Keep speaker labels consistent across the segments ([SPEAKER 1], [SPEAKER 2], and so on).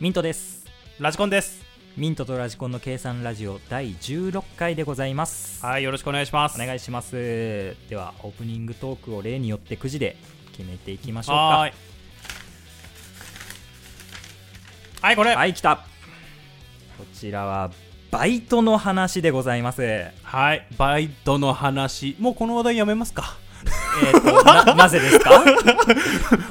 [SPEAKER 1] ミントです
[SPEAKER 2] ラジコンです
[SPEAKER 1] ミントとラジコンの計算ラジオ第16回でございます
[SPEAKER 2] はいよろしくお願いします
[SPEAKER 1] お願いしますではオープニングトークを例によってくじで決めていきましょう
[SPEAKER 2] は
[SPEAKER 1] か
[SPEAKER 2] ーいはいこれ
[SPEAKER 1] はい来たこちらはバイトの話でございますえ
[SPEAKER 2] はいバイトの話もうこの話題やめますか
[SPEAKER 1] ー とななぜですか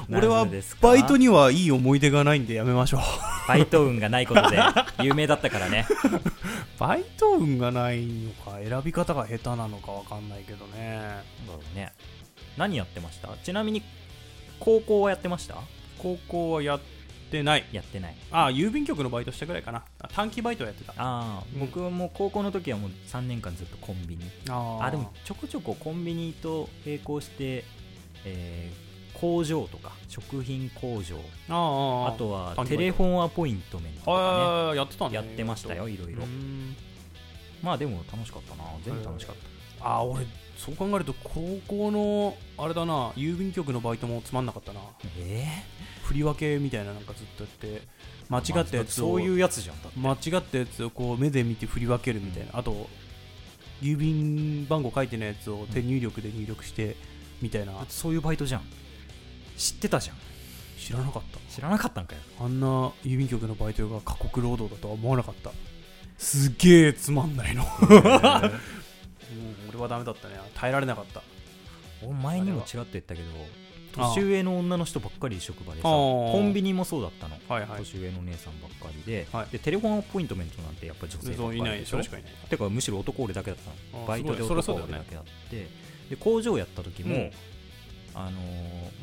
[SPEAKER 2] 俺
[SPEAKER 1] な
[SPEAKER 2] は
[SPEAKER 1] ぜですか
[SPEAKER 2] バイトにはいい思い出がないんでやめましょう
[SPEAKER 1] バイト運がないことで有名だったからね
[SPEAKER 2] バイト運がないのか選び方が下手なのかわかんないけどね
[SPEAKER 1] なんだろうね何やってましたちなみに高校はやってました
[SPEAKER 2] 高校はやってない
[SPEAKER 1] やってない
[SPEAKER 2] あ郵便局のバイトしたぐらいかなあ短期バイトはやってたあ
[SPEAKER 1] ああ、
[SPEAKER 2] うん
[SPEAKER 1] 僕はもう高校の時はもう3年間ずっとコンビニ
[SPEAKER 2] ー
[SPEAKER 1] あでもちょこちょこコンビニと並行して、えー工場とか食品工場
[SPEAKER 2] あー
[SPEAKER 1] あ
[SPEAKER 2] あー
[SPEAKER 1] とは
[SPEAKER 2] 短期バイト
[SPEAKER 1] テレフォンアポイントメントとか
[SPEAKER 2] あーやってたん
[SPEAKER 1] ね
[SPEAKER 2] だ
[SPEAKER 1] やっ
[SPEAKER 2] ね
[SPEAKER 1] てましたよいろ
[SPEAKER 2] う
[SPEAKER 1] い
[SPEAKER 2] ー
[SPEAKER 1] ろ
[SPEAKER 2] ん
[SPEAKER 1] まあでも楽しかったな全部楽しかっ
[SPEAKER 2] あー俺そう考えると高校のあれだな郵便局のバイトもつまんなかったな
[SPEAKER 1] たえ
[SPEAKER 2] 振り分けみたいななんかずっとやって間
[SPEAKER 1] え
[SPEAKER 2] 違ったやつを、
[SPEAKER 1] そういうやつじゃんだって
[SPEAKER 2] 間違ったやつをこう目で見て振り分けるみたいな、あと郵便番号書いてないやつを手入力で入力してみたいな、
[SPEAKER 1] だってそういうバイトじゃん知ってたじゃん
[SPEAKER 2] 知らなかった
[SPEAKER 1] 知らなかったんかよ
[SPEAKER 2] あんな郵便局のバイトが過酷労働だとは思わなかったすげえつまんないの、 うん俺はダメだったね耐えられなかった
[SPEAKER 1] 俺前にもちらっと言ったけど
[SPEAKER 2] あ
[SPEAKER 1] 年上の女の人ばっかりで職場でさ
[SPEAKER 2] あー
[SPEAKER 1] コンビニもそうだったの
[SPEAKER 2] はいはい
[SPEAKER 1] 年上のお姉さんばっかりで,、
[SPEAKER 2] はい
[SPEAKER 1] でテレフォンアポイントメントなんてやっぱ女性ばっ
[SPEAKER 2] そ
[SPEAKER 1] か
[SPEAKER 2] う
[SPEAKER 1] り
[SPEAKER 2] いない
[SPEAKER 1] でしょ
[SPEAKER 2] それしかいない
[SPEAKER 1] てかむしろ男俺だけだっ
[SPEAKER 2] あ
[SPEAKER 1] たの
[SPEAKER 2] ー
[SPEAKER 1] バイトです
[SPEAKER 2] ごいそ
[SPEAKER 1] 男
[SPEAKER 2] り
[SPEAKER 1] は
[SPEAKER 2] ゃそ
[SPEAKER 1] 俺
[SPEAKER 2] うだよ
[SPEAKER 1] だ
[SPEAKER 2] ね
[SPEAKER 1] けあって、で工場やった時も、
[SPEAKER 2] うん
[SPEAKER 1] あのー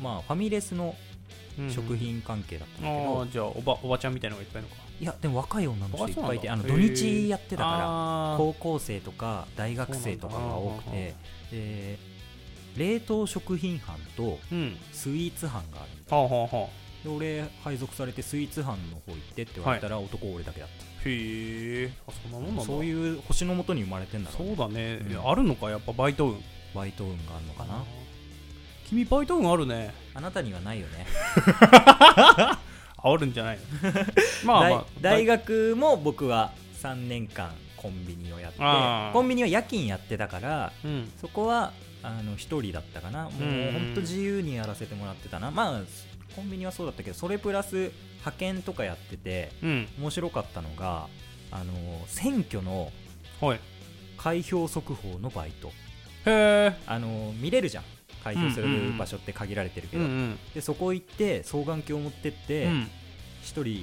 [SPEAKER 1] まあ、ファミレスの
[SPEAKER 2] うん
[SPEAKER 1] 食品関係だったんだけど、
[SPEAKER 2] ああじゃあおばおばちゃんみたいなのがいっぱいいるのか
[SPEAKER 1] いやでも若い女の人いっぱいいて
[SPEAKER 2] あ
[SPEAKER 1] あ
[SPEAKER 2] そう
[SPEAKER 1] の
[SPEAKER 2] なん
[SPEAKER 1] 土
[SPEAKER 2] だ
[SPEAKER 1] 日やってたから
[SPEAKER 2] あー
[SPEAKER 1] 高校生とか大学生とかが多く
[SPEAKER 2] そうなん
[SPEAKER 1] てで冷凍食品班と
[SPEAKER 2] うん
[SPEAKER 1] スイーツ班がある
[SPEAKER 2] はあはあはあ
[SPEAKER 1] で俺配属されてスイーツ班の方行ってって言われたら男俺だけだっ
[SPEAKER 2] へえあそんなも
[SPEAKER 1] た、
[SPEAKER 2] んなんだ
[SPEAKER 1] そういう星のもとに生まれてんだろう
[SPEAKER 2] そうだね、
[SPEAKER 1] うん
[SPEAKER 2] いやあるのかやっぱバイト運
[SPEAKER 1] バイト運があるのかな
[SPEAKER 2] 君バイト運あるね
[SPEAKER 1] あなたにはないよね
[SPEAKER 2] ああるんじゃないの まあまあ
[SPEAKER 1] 大大学も僕は3年間コンビニをやって
[SPEAKER 2] あー
[SPEAKER 1] コンビニは夜勤やってたから
[SPEAKER 2] うん
[SPEAKER 1] そこはあの1人だったかなもう
[SPEAKER 2] うん
[SPEAKER 1] 本当自由にやらせてもらってたなまあコンビニはそうだったけどそれプラス派遣とかやってて
[SPEAKER 2] うん
[SPEAKER 1] 面白かったのがあの選挙の
[SPEAKER 2] はいへ
[SPEAKER 1] 開票速報のバイト
[SPEAKER 2] え
[SPEAKER 1] あの見れるじゃん開票す
[SPEAKER 2] うんうんう
[SPEAKER 1] る
[SPEAKER 2] ん
[SPEAKER 1] 場所って限られてるけ
[SPEAKER 2] うん
[SPEAKER 1] ど、
[SPEAKER 2] うん
[SPEAKER 1] でそこ行って双眼鏡を持ってって、
[SPEAKER 2] うん
[SPEAKER 1] 1人ピ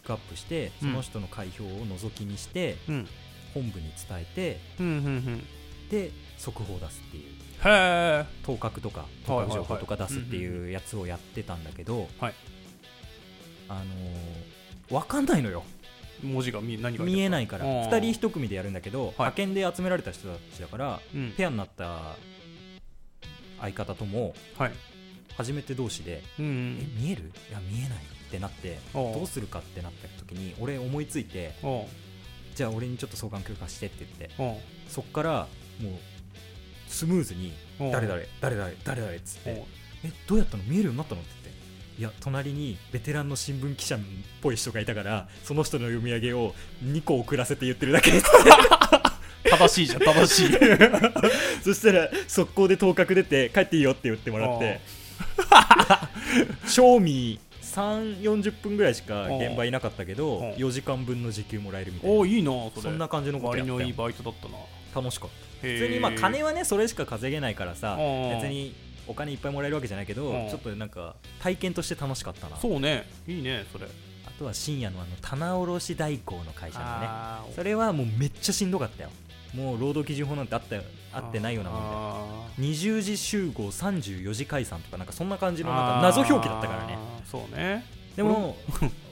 [SPEAKER 1] ックアップしてその人の開票を覗き見して、
[SPEAKER 2] うん
[SPEAKER 1] 本部に伝え
[SPEAKER 2] うんうんうん
[SPEAKER 1] てで速報出すっていう
[SPEAKER 2] へえ
[SPEAKER 1] 当確とか当
[SPEAKER 2] はいはいはい
[SPEAKER 1] 確情報とか出すっていうやつをやってたんだけど、
[SPEAKER 2] はい
[SPEAKER 1] あのー、分かんないのよ
[SPEAKER 2] 文字が見何が
[SPEAKER 1] 見えないから
[SPEAKER 2] うん
[SPEAKER 1] 2人1組でやるんだけど、派遣で集められた人たちだから
[SPEAKER 2] うん
[SPEAKER 1] ペアになった相方とも
[SPEAKER 2] はい
[SPEAKER 1] 初めて同士で
[SPEAKER 2] うんう
[SPEAKER 1] 「え
[SPEAKER 2] ん
[SPEAKER 1] 見えるいや見えない」ってなって
[SPEAKER 2] おう
[SPEAKER 1] どうするかってなった時に俺思いついて
[SPEAKER 2] おう
[SPEAKER 1] 「じゃあ俺にちょっと双眼鏡貸して」って言って
[SPEAKER 2] おう
[SPEAKER 1] そっからもうスムーズに
[SPEAKER 2] おう
[SPEAKER 1] 誰々誰々誰々っつっ
[SPEAKER 2] お
[SPEAKER 1] て
[SPEAKER 2] う
[SPEAKER 1] えどうやったの見えるようになったのって言っていや隣にベテランの新聞記者っぽい人がいたからその人の読み上げを2個遅らせて言ってるだけです
[SPEAKER 2] 正しいじゃん正しい
[SPEAKER 1] そしたら速攻で当確出て帰っていいよって言ってもらって 賞味3 4 0分ぐらいしか現場いなかったけど
[SPEAKER 2] おう
[SPEAKER 1] 4時間分の時給もらえるみたい
[SPEAKER 2] お
[SPEAKER 1] な
[SPEAKER 2] おいいなそれ
[SPEAKER 1] そんな感じのことや
[SPEAKER 2] 割
[SPEAKER 1] って
[SPEAKER 2] のいいバイトだったな
[SPEAKER 1] 楽しかった
[SPEAKER 2] 普
[SPEAKER 1] 普通にまあ金はねそれしか稼げないからさ
[SPEAKER 2] うんうん
[SPEAKER 1] 別にお金いっぱいもらえるわけじゃないけど
[SPEAKER 2] うん
[SPEAKER 1] ちょっとなんか体験として楽しかったな
[SPEAKER 2] そうねいいねそれ
[SPEAKER 1] あとは深夜のあの棚卸代行の会社のね
[SPEAKER 2] あー
[SPEAKER 1] それはもうめっちゃしんどかったよもう労働基準法なんてあったよあってないようなもんだよ
[SPEAKER 2] あー
[SPEAKER 1] 20時集合34時解散とかなんかそんな感じのなんか謎表記だったからね
[SPEAKER 2] あーそうね
[SPEAKER 1] でも、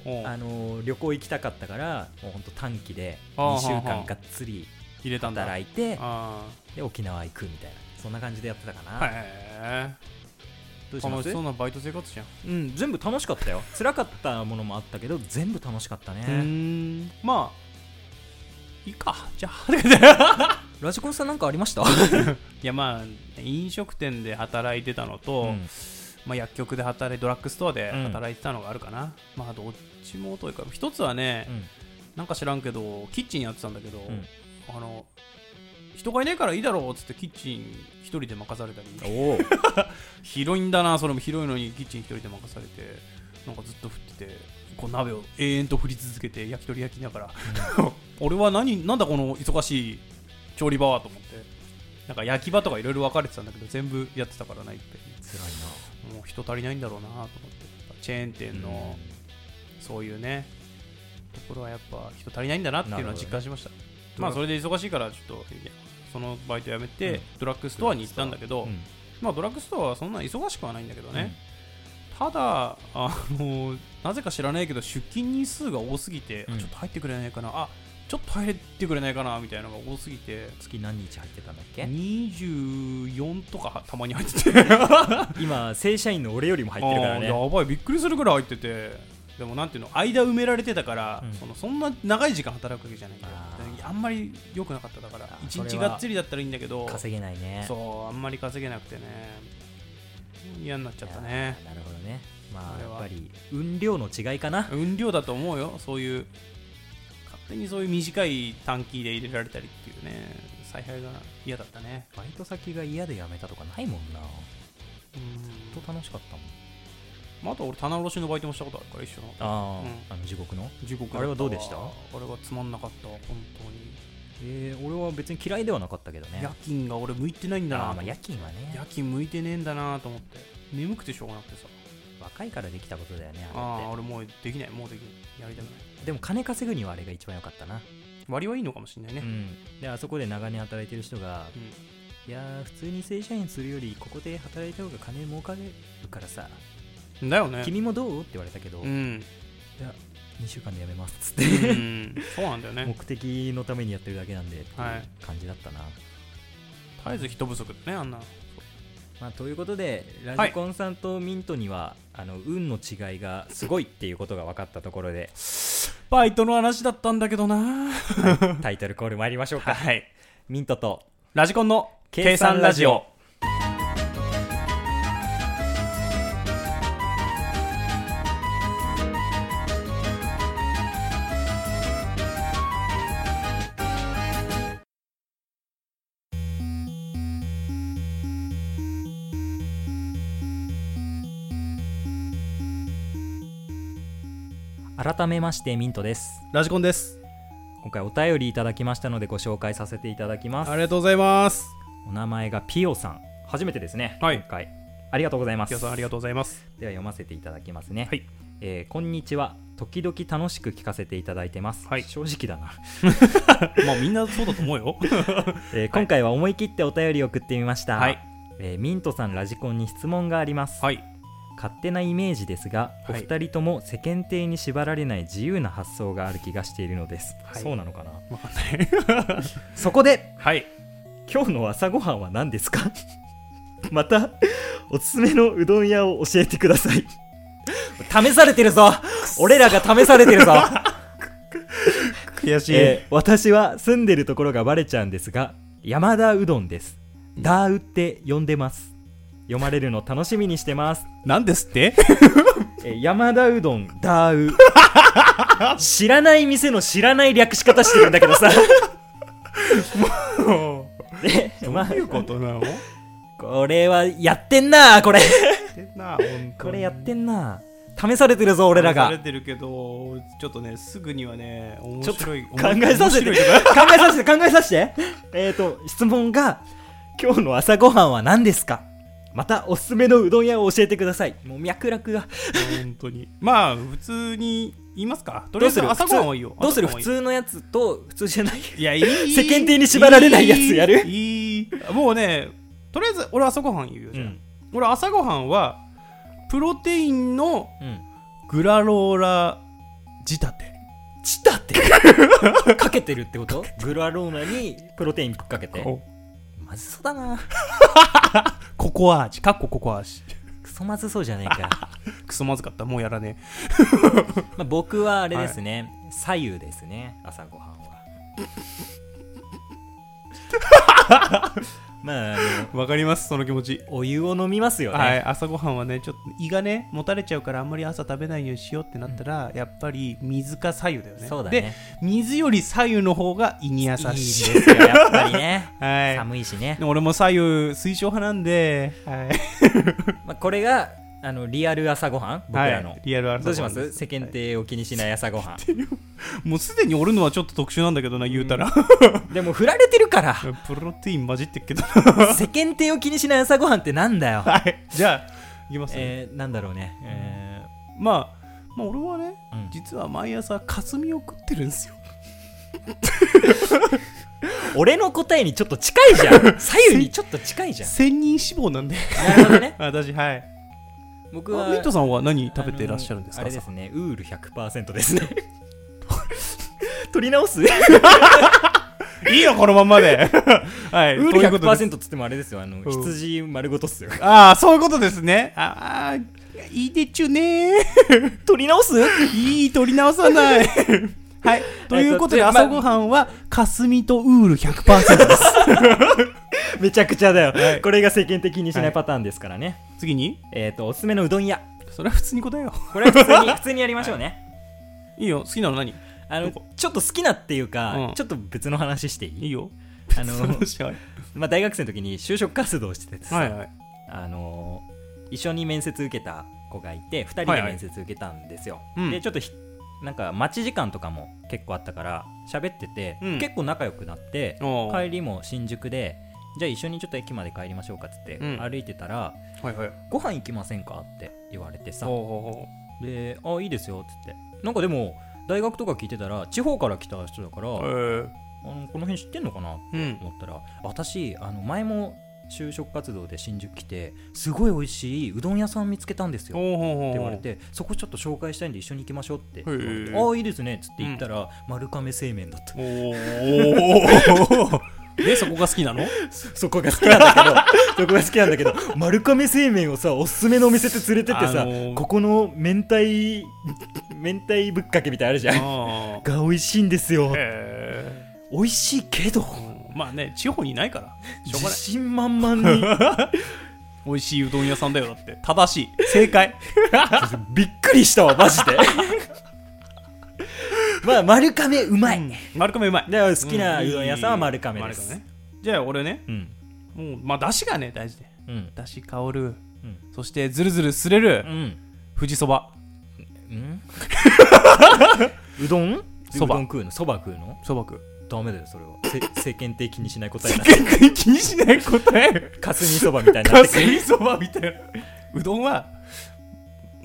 [SPEAKER 2] おう
[SPEAKER 1] あのー旅行行きたかったからもうほんと短期で
[SPEAKER 2] あー
[SPEAKER 1] 2週
[SPEAKER 2] はんは
[SPEAKER 1] 間
[SPEAKER 2] ん
[SPEAKER 1] がっつり
[SPEAKER 2] 入れたんだ
[SPEAKER 1] 働いて
[SPEAKER 2] あ
[SPEAKER 1] で沖縄行くみたいなそんな感じでやってたかな、
[SPEAKER 2] ーへ
[SPEAKER 1] どう
[SPEAKER 2] え
[SPEAKER 1] しま
[SPEAKER 2] 楽
[SPEAKER 1] す
[SPEAKER 2] しそうなバイト生活じゃん
[SPEAKER 1] うん、全部楽しかったよ辛かったものもあったけど全部楽しかった
[SPEAKER 2] う
[SPEAKER 1] ね
[SPEAKER 2] ーんまあいいかじゃあ
[SPEAKER 1] ラジコンさんなんかありました、
[SPEAKER 2] いやまあ飲食店で働いてたのと、
[SPEAKER 1] うん
[SPEAKER 2] まあ、薬局で働いてドラッグストアで働いてたのがあるかな、まあどっちもというか一つはね、
[SPEAKER 1] うん
[SPEAKER 2] なんか知らんけどキッチンやってたんだけど、
[SPEAKER 1] うん
[SPEAKER 2] あの人がいないからいいだろうっつってキッチン一人で任されたり
[SPEAKER 1] おお
[SPEAKER 2] 広いんだなそれも広いのにキッチン一人で任されてなんかずっと振っててこう鍋を永遠と振り続けて焼き鳥焼きながら 俺は何なんだこの忙しい調理場はと思ってなんか焼き場とかいろいろ分かれてたんだけど全部やってたからないっぺんに
[SPEAKER 1] つらい
[SPEAKER 2] もう人足りないんだろうなと思ってやっぱチェーン店
[SPEAKER 1] な
[SPEAKER 2] のそういうねところはやっぱ人足りないんだなっていうのは実感しました、まあそれで忙しいからちょっといやそのバイト辞めて、
[SPEAKER 1] うん
[SPEAKER 2] ドラッグストアに行ったんだけど、
[SPEAKER 1] うん
[SPEAKER 2] まあドラッグストアはそんな忙しくはないんだけどね、
[SPEAKER 1] う
[SPEAKER 2] ただあのなぜか知らないけど出勤日数が多すぎて、あ
[SPEAKER 1] うん
[SPEAKER 2] ちょっと入ってくれないかなあちょっと入ってくれないかなみたいなのが多すぎて
[SPEAKER 1] ん月何日入ってたんだっけ
[SPEAKER 2] 24とかたまに入ってて
[SPEAKER 1] 今正社員の俺よりも入ってるから
[SPEAKER 2] あー
[SPEAKER 1] ね
[SPEAKER 2] やばいびっくりするぐらい入っててでもなんていうの間埋められてたから、
[SPEAKER 1] うん
[SPEAKER 2] そのそんな長い時間働くわけじゃないんだよ
[SPEAKER 1] あー
[SPEAKER 2] であんまり良くなかっただから
[SPEAKER 1] あー
[SPEAKER 2] 一
[SPEAKER 1] そ
[SPEAKER 2] 日
[SPEAKER 1] れは
[SPEAKER 2] がっつりだったらいいんだけど
[SPEAKER 1] 稼げないね
[SPEAKER 2] そうあんまり稼げなくてね嫌になっちゃったね
[SPEAKER 1] いやーなるほどねまあ
[SPEAKER 2] これ
[SPEAKER 1] や
[SPEAKER 2] は
[SPEAKER 1] っぱり運量の違いかな
[SPEAKER 2] 運量だと思うよそういう勝手にそういう短い短期で入れられたりっていうね采配が嫌だったね
[SPEAKER 1] バイト先が嫌で辞めたとかないもんな
[SPEAKER 2] うん
[SPEAKER 1] ずっと楽しかったもん
[SPEAKER 2] まあ、あと俺棚卸しのバイトもしたことあるから一緒の
[SPEAKER 1] あ
[SPEAKER 2] う
[SPEAKER 1] あ、あの地獄の
[SPEAKER 2] 地獄だった
[SPEAKER 1] あれはどうでした
[SPEAKER 2] あれはつまんなかった本当に
[SPEAKER 1] えー、俺は別に嫌いではなかったけどね
[SPEAKER 2] 夜勤が俺向いてないんだな
[SPEAKER 1] あーまあ夜勤はね
[SPEAKER 2] 夜勤向いてねえんだなと思って眠くてしょうがなくてさ
[SPEAKER 1] 若いからできたことだよね
[SPEAKER 2] あ
[SPEAKER 1] あれ
[SPEAKER 2] あ
[SPEAKER 1] っ
[SPEAKER 2] 俺もうできないもうできないやりたくない
[SPEAKER 1] てでも金稼ぐにはあれが一番良かったな、
[SPEAKER 2] 割はいいのかもしれないうね
[SPEAKER 1] んであそこで長年働いてる人が
[SPEAKER 2] うん、
[SPEAKER 1] いやー普通に正社員するよりここで働いた方が金儲かれるからさ
[SPEAKER 2] だよね
[SPEAKER 1] 君もどうって言われたけど、
[SPEAKER 2] う
[SPEAKER 1] い
[SPEAKER 2] ん、
[SPEAKER 1] や2週間で辞めますっ
[SPEAKER 2] う
[SPEAKER 1] つって
[SPEAKER 2] ん、そうなんだよね
[SPEAKER 1] 目的のためにやってるだけなんでっていう
[SPEAKER 2] はい
[SPEAKER 1] 感じだったな、
[SPEAKER 2] 絶えず人不足だねあんな
[SPEAKER 1] まあ、ということでラジコンさんとミントには、あの運の違いがすごいっていうことが分かったところ で
[SPEAKER 2] バイトの話だったんだけどな
[SPEAKER 1] タイトルコール参りましょうか
[SPEAKER 2] はい
[SPEAKER 1] ミントと
[SPEAKER 2] ラジコンの
[SPEAKER 1] 計
[SPEAKER 2] 計
[SPEAKER 1] 算
[SPEAKER 2] 算
[SPEAKER 1] ラ
[SPEAKER 2] ラ
[SPEAKER 1] ジ
[SPEAKER 2] ジ
[SPEAKER 1] オ
[SPEAKER 2] オ
[SPEAKER 1] 改めましてミントです
[SPEAKER 2] ラジコンです
[SPEAKER 1] 今回お便りいただきましたのでご紹介させていただきます
[SPEAKER 2] ありがとうございます
[SPEAKER 1] お名前がピオさん初めてですね、
[SPEAKER 2] はい
[SPEAKER 1] 今回ありがとうございます
[SPEAKER 2] 皆さんありがとうございます
[SPEAKER 1] では読ませていただきますね、
[SPEAKER 2] はい
[SPEAKER 1] えーこんにちは時々楽しく聞かせていただいてます、
[SPEAKER 2] はい
[SPEAKER 1] 正直だな、
[SPEAKER 2] まあみんなそうだと思うよ
[SPEAKER 1] えー今回は思い切ってお便りを送ってみました、
[SPEAKER 2] はい
[SPEAKER 1] えーミントさんラジコンに質問があります、
[SPEAKER 2] はい
[SPEAKER 1] 勝手なイメージですが、
[SPEAKER 2] はい
[SPEAKER 1] お二人とも世間体に縛られない自由な発想がある気がしているのです、
[SPEAKER 2] はい
[SPEAKER 1] そうなのかな
[SPEAKER 2] わかんない
[SPEAKER 1] そこで
[SPEAKER 2] はい
[SPEAKER 1] 今日の朝ごはんは何ですか またおすすめのうどん屋を教えてください試されてるぞ俺らが試されてるぞ、
[SPEAKER 2] 悔 し
[SPEAKER 1] えー私は住んでるところがバレちゃうんですが山田うどんですダーウって呼んでます読まれるの楽しみにしてます、
[SPEAKER 2] なんですって
[SPEAKER 1] えー山田うどんダーウ知らない店の知らない略し方してるんだけどさ
[SPEAKER 2] ど
[SPEAKER 1] でまあ
[SPEAKER 2] ういうことなの
[SPEAKER 1] これはやってんなこれ
[SPEAKER 2] てんな本当に
[SPEAKER 1] これやってんな試されてるぞ俺らが
[SPEAKER 2] されてるけどちょっとねすぐにはね面
[SPEAKER 1] ちょっと
[SPEAKER 2] 白い
[SPEAKER 1] 考えさせて
[SPEAKER 2] 面
[SPEAKER 1] 考
[SPEAKER 2] 白いとか
[SPEAKER 1] えさせて考えさせてえっと質問が今日の朝ごはんは何ですかまたおすすめのうどん屋を教えてくださいもう脈絡が
[SPEAKER 2] 本当にまあ普通に言いますかと
[SPEAKER 1] ど
[SPEAKER 2] り
[SPEAKER 1] う
[SPEAKER 2] あえ
[SPEAKER 1] す
[SPEAKER 2] ず
[SPEAKER 1] る
[SPEAKER 2] 朝ごはんはいいよ
[SPEAKER 1] どうする
[SPEAKER 2] 朝ご
[SPEAKER 1] 普
[SPEAKER 2] はん
[SPEAKER 1] 通のやつと普通じゃない
[SPEAKER 2] いいやいい
[SPEAKER 1] 世間体に縛られないやつやる
[SPEAKER 2] いいいいもうねとりあえず俺朝ごはん言うよじゃあ、俺朝ごはんはプロテインの
[SPEAKER 1] うん
[SPEAKER 2] グラローラ仕立て
[SPEAKER 1] チタって かけてるってことグラローナにプロテインぶっかけて
[SPEAKER 2] こ
[SPEAKER 1] まずそうだな
[SPEAKER 2] ココア味かっこココア味
[SPEAKER 1] クソまずそうじゃねえ か
[SPEAKER 2] クソまずかったもうやらねえ
[SPEAKER 1] まあ僕はあれですね左右です ね朝ごはんはまああの
[SPEAKER 2] わかりますその気持ち
[SPEAKER 1] お湯を飲みますよね、
[SPEAKER 2] はい、朝ごはんはねちょっと胃がねもたれちゃうからあんまり朝食べないようにしようってなったら、やっぱり水か左右だよね
[SPEAKER 1] そうだ
[SPEAKER 2] で
[SPEAKER 1] ね
[SPEAKER 2] 水より左右の方が胃に優
[SPEAKER 1] いいで
[SPEAKER 2] しい
[SPEAKER 1] すよやっぱりね
[SPEAKER 2] はい
[SPEAKER 1] 寒いしね、
[SPEAKER 2] でも俺も左右推奨派なんで、はい、
[SPEAKER 1] まあ、これがあのリアル朝ごはん僕らの、
[SPEAKER 2] はいリアルアル
[SPEAKER 1] ど
[SPEAKER 2] サ
[SPEAKER 1] うし
[SPEAKER 2] コ
[SPEAKER 1] ま
[SPEAKER 2] ンです
[SPEAKER 1] 世間体を気にしない朝ごはん、
[SPEAKER 2] もうすでに俺のはちょっと特殊なんだけどな言うたら、
[SPEAKER 1] でも振られてるから
[SPEAKER 2] プロテイン混じってっけどな
[SPEAKER 1] 世間体を気にしない朝ごはんってなんだよ
[SPEAKER 2] はいじゃあいきますね、
[SPEAKER 1] えー、なんだろうね、え
[SPEAKER 2] まあまあ俺はね
[SPEAKER 1] ーうん
[SPEAKER 2] 実は毎朝霞を食ってるんですよ
[SPEAKER 1] 俺の答えにちょっと近いじゃ ん左右にちょっと近いじゃん
[SPEAKER 2] 千人脂肪なんで
[SPEAKER 1] なるほど ね
[SPEAKER 2] 私はい
[SPEAKER 1] 僕は
[SPEAKER 2] あウィントさんは何食べてらっしゃるんですか
[SPEAKER 1] あのあれですねウール100%です ね取り直すウ
[SPEAKER 2] いいよ、このまん まで。はい。
[SPEAKER 1] ー
[SPEAKER 2] と
[SPEAKER 1] ル
[SPEAKER 2] いうことです
[SPEAKER 1] 100%っつってもあれですよあの
[SPEAKER 2] ん
[SPEAKER 1] 羊丸ごとっすよ
[SPEAKER 2] ああ、そういうことですね。ああ、いいでちゅね
[SPEAKER 1] 取り直す
[SPEAKER 2] ー。 いい、取り直さ ない。はい。ということで、
[SPEAKER 1] えっとまあ
[SPEAKER 2] 朝ごはんは、かすみとウール100%です。
[SPEAKER 1] めちゃくちゃだよ、
[SPEAKER 2] はい
[SPEAKER 1] これが世間的にしないパターンですからね、
[SPEAKER 2] 次に
[SPEAKER 1] えっ、とおすすめのうどん屋
[SPEAKER 2] それは普通に答えよ
[SPEAKER 1] これは普通に 普通にやりましょうね、
[SPEAKER 2] う。いいよ、好きなの何い
[SPEAKER 1] あの
[SPEAKER 2] どこ
[SPEAKER 1] ちょっと好きなっていうか、
[SPEAKER 2] うん
[SPEAKER 1] ちょっと別の話していい
[SPEAKER 2] いよ。
[SPEAKER 1] あ の
[SPEAKER 2] はい
[SPEAKER 1] まあ、大学生の時に就職活動をしててさ、
[SPEAKER 2] はい。
[SPEAKER 1] あのー一緒に面接受けた子がいて2人
[SPEAKER 2] はい
[SPEAKER 1] で
[SPEAKER 2] はい
[SPEAKER 1] 面接受けたんですよ、
[SPEAKER 2] うん
[SPEAKER 1] でちょっとひなんか待ち時間とかも結構あったから喋ってて、
[SPEAKER 2] うん
[SPEAKER 1] 結構仲良くなって
[SPEAKER 2] おー
[SPEAKER 1] 帰りも新宿でじゃあ一緒にちょっと駅まで帰りましょうかっつって、
[SPEAKER 2] うん
[SPEAKER 1] 歩いてたら
[SPEAKER 2] はいはい。
[SPEAKER 1] 「ご飯行きませんか?」って言われてさ
[SPEAKER 2] おお
[SPEAKER 1] で「あいいですよ」っつってなんかでも大学とか聞いてたら地方から来た人だから、
[SPEAKER 2] お
[SPEAKER 1] あの
[SPEAKER 2] ー
[SPEAKER 1] この辺知ってんのかな
[SPEAKER 2] えーうん。
[SPEAKER 1] 思ったら私あの前も就職活動で新宿来てすごい美味しいうどん屋さん見つけたんですよ
[SPEAKER 2] お
[SPEAKER 1] って言
[SPEAKER 2] おおお
[SPEAKER 1] われてそこちょっと紹介したいんで一緒に行きましょうって言われて
[SPEAKER 2] へえ
[SPEAKER 1] ああいいですねっつって行ったら、丸亀製麺だった
[SPEAKER 2] お おで、そこが好きなの
[SPEAKER 1] そこが好きなんだけど そこが好きなんだけど丸亀製麺をさおすすめのお店で連れてってさ、
[SPEAKER 2] あのー
[SPEAKER 1] ここの明太明太ぶっかけみたいなのあるじゃん
[SPEAKER 2] あ
[SPEAKER 1] が美味しいんですよ
[SPEAKER 2] あ。へえ。
[SPEAKER 1] 美味しいけど
[SPEAKER 2] うんまあね、地方にいない から、し
[SPEAKER 1] 自
[SPEAKER 2] ょうがない。
[SPEAKER 1] 信満々に
[SPEAKER 2] 美味しいうどん屋さんだよだって。正し い。正解。
[SPEAKER 1] びっくりしたわマジで まあ丸亀うまい、だか
[SPEAKER 2] 丸亀うまい。
[SPEAKER 1] ら好きなうどん屋さんは丸亀です、
[SPEAKER 2] 丸亀ねじゃあ俺ね、
[SPEAKER 1] うん
[SPEAKER 2] もう、まあ、だしがね、大事で。
[SPEAKER 1] うん
[SPEAKER 2] だし香る。
[SPEAKER 1] うん
[SPEAKER 2] そして、ずるずるすれる
[SPEAKER 1] う。ん
[SPEAKER 2] 富士そば。
[SPEAKER 1] うん、 うどん
[SPEAKER 2] そば
[SPEAKER 1] うどん食うのそば食うの
[SPEAKER 2] そばく。
[SPEAKER 1] ダメだよそれはせ世間的にしない答えだ
[SPEAKER 2] 気にしない答 え。
[SPEAKER 1] かすみそばみたいになって
[SPEAKER 2] か
[SPEAKER 1] く
[SPEAKER 2] す
[SPEAKER 1] る
[SPEAKER 2] みそばみたいな。うどんは、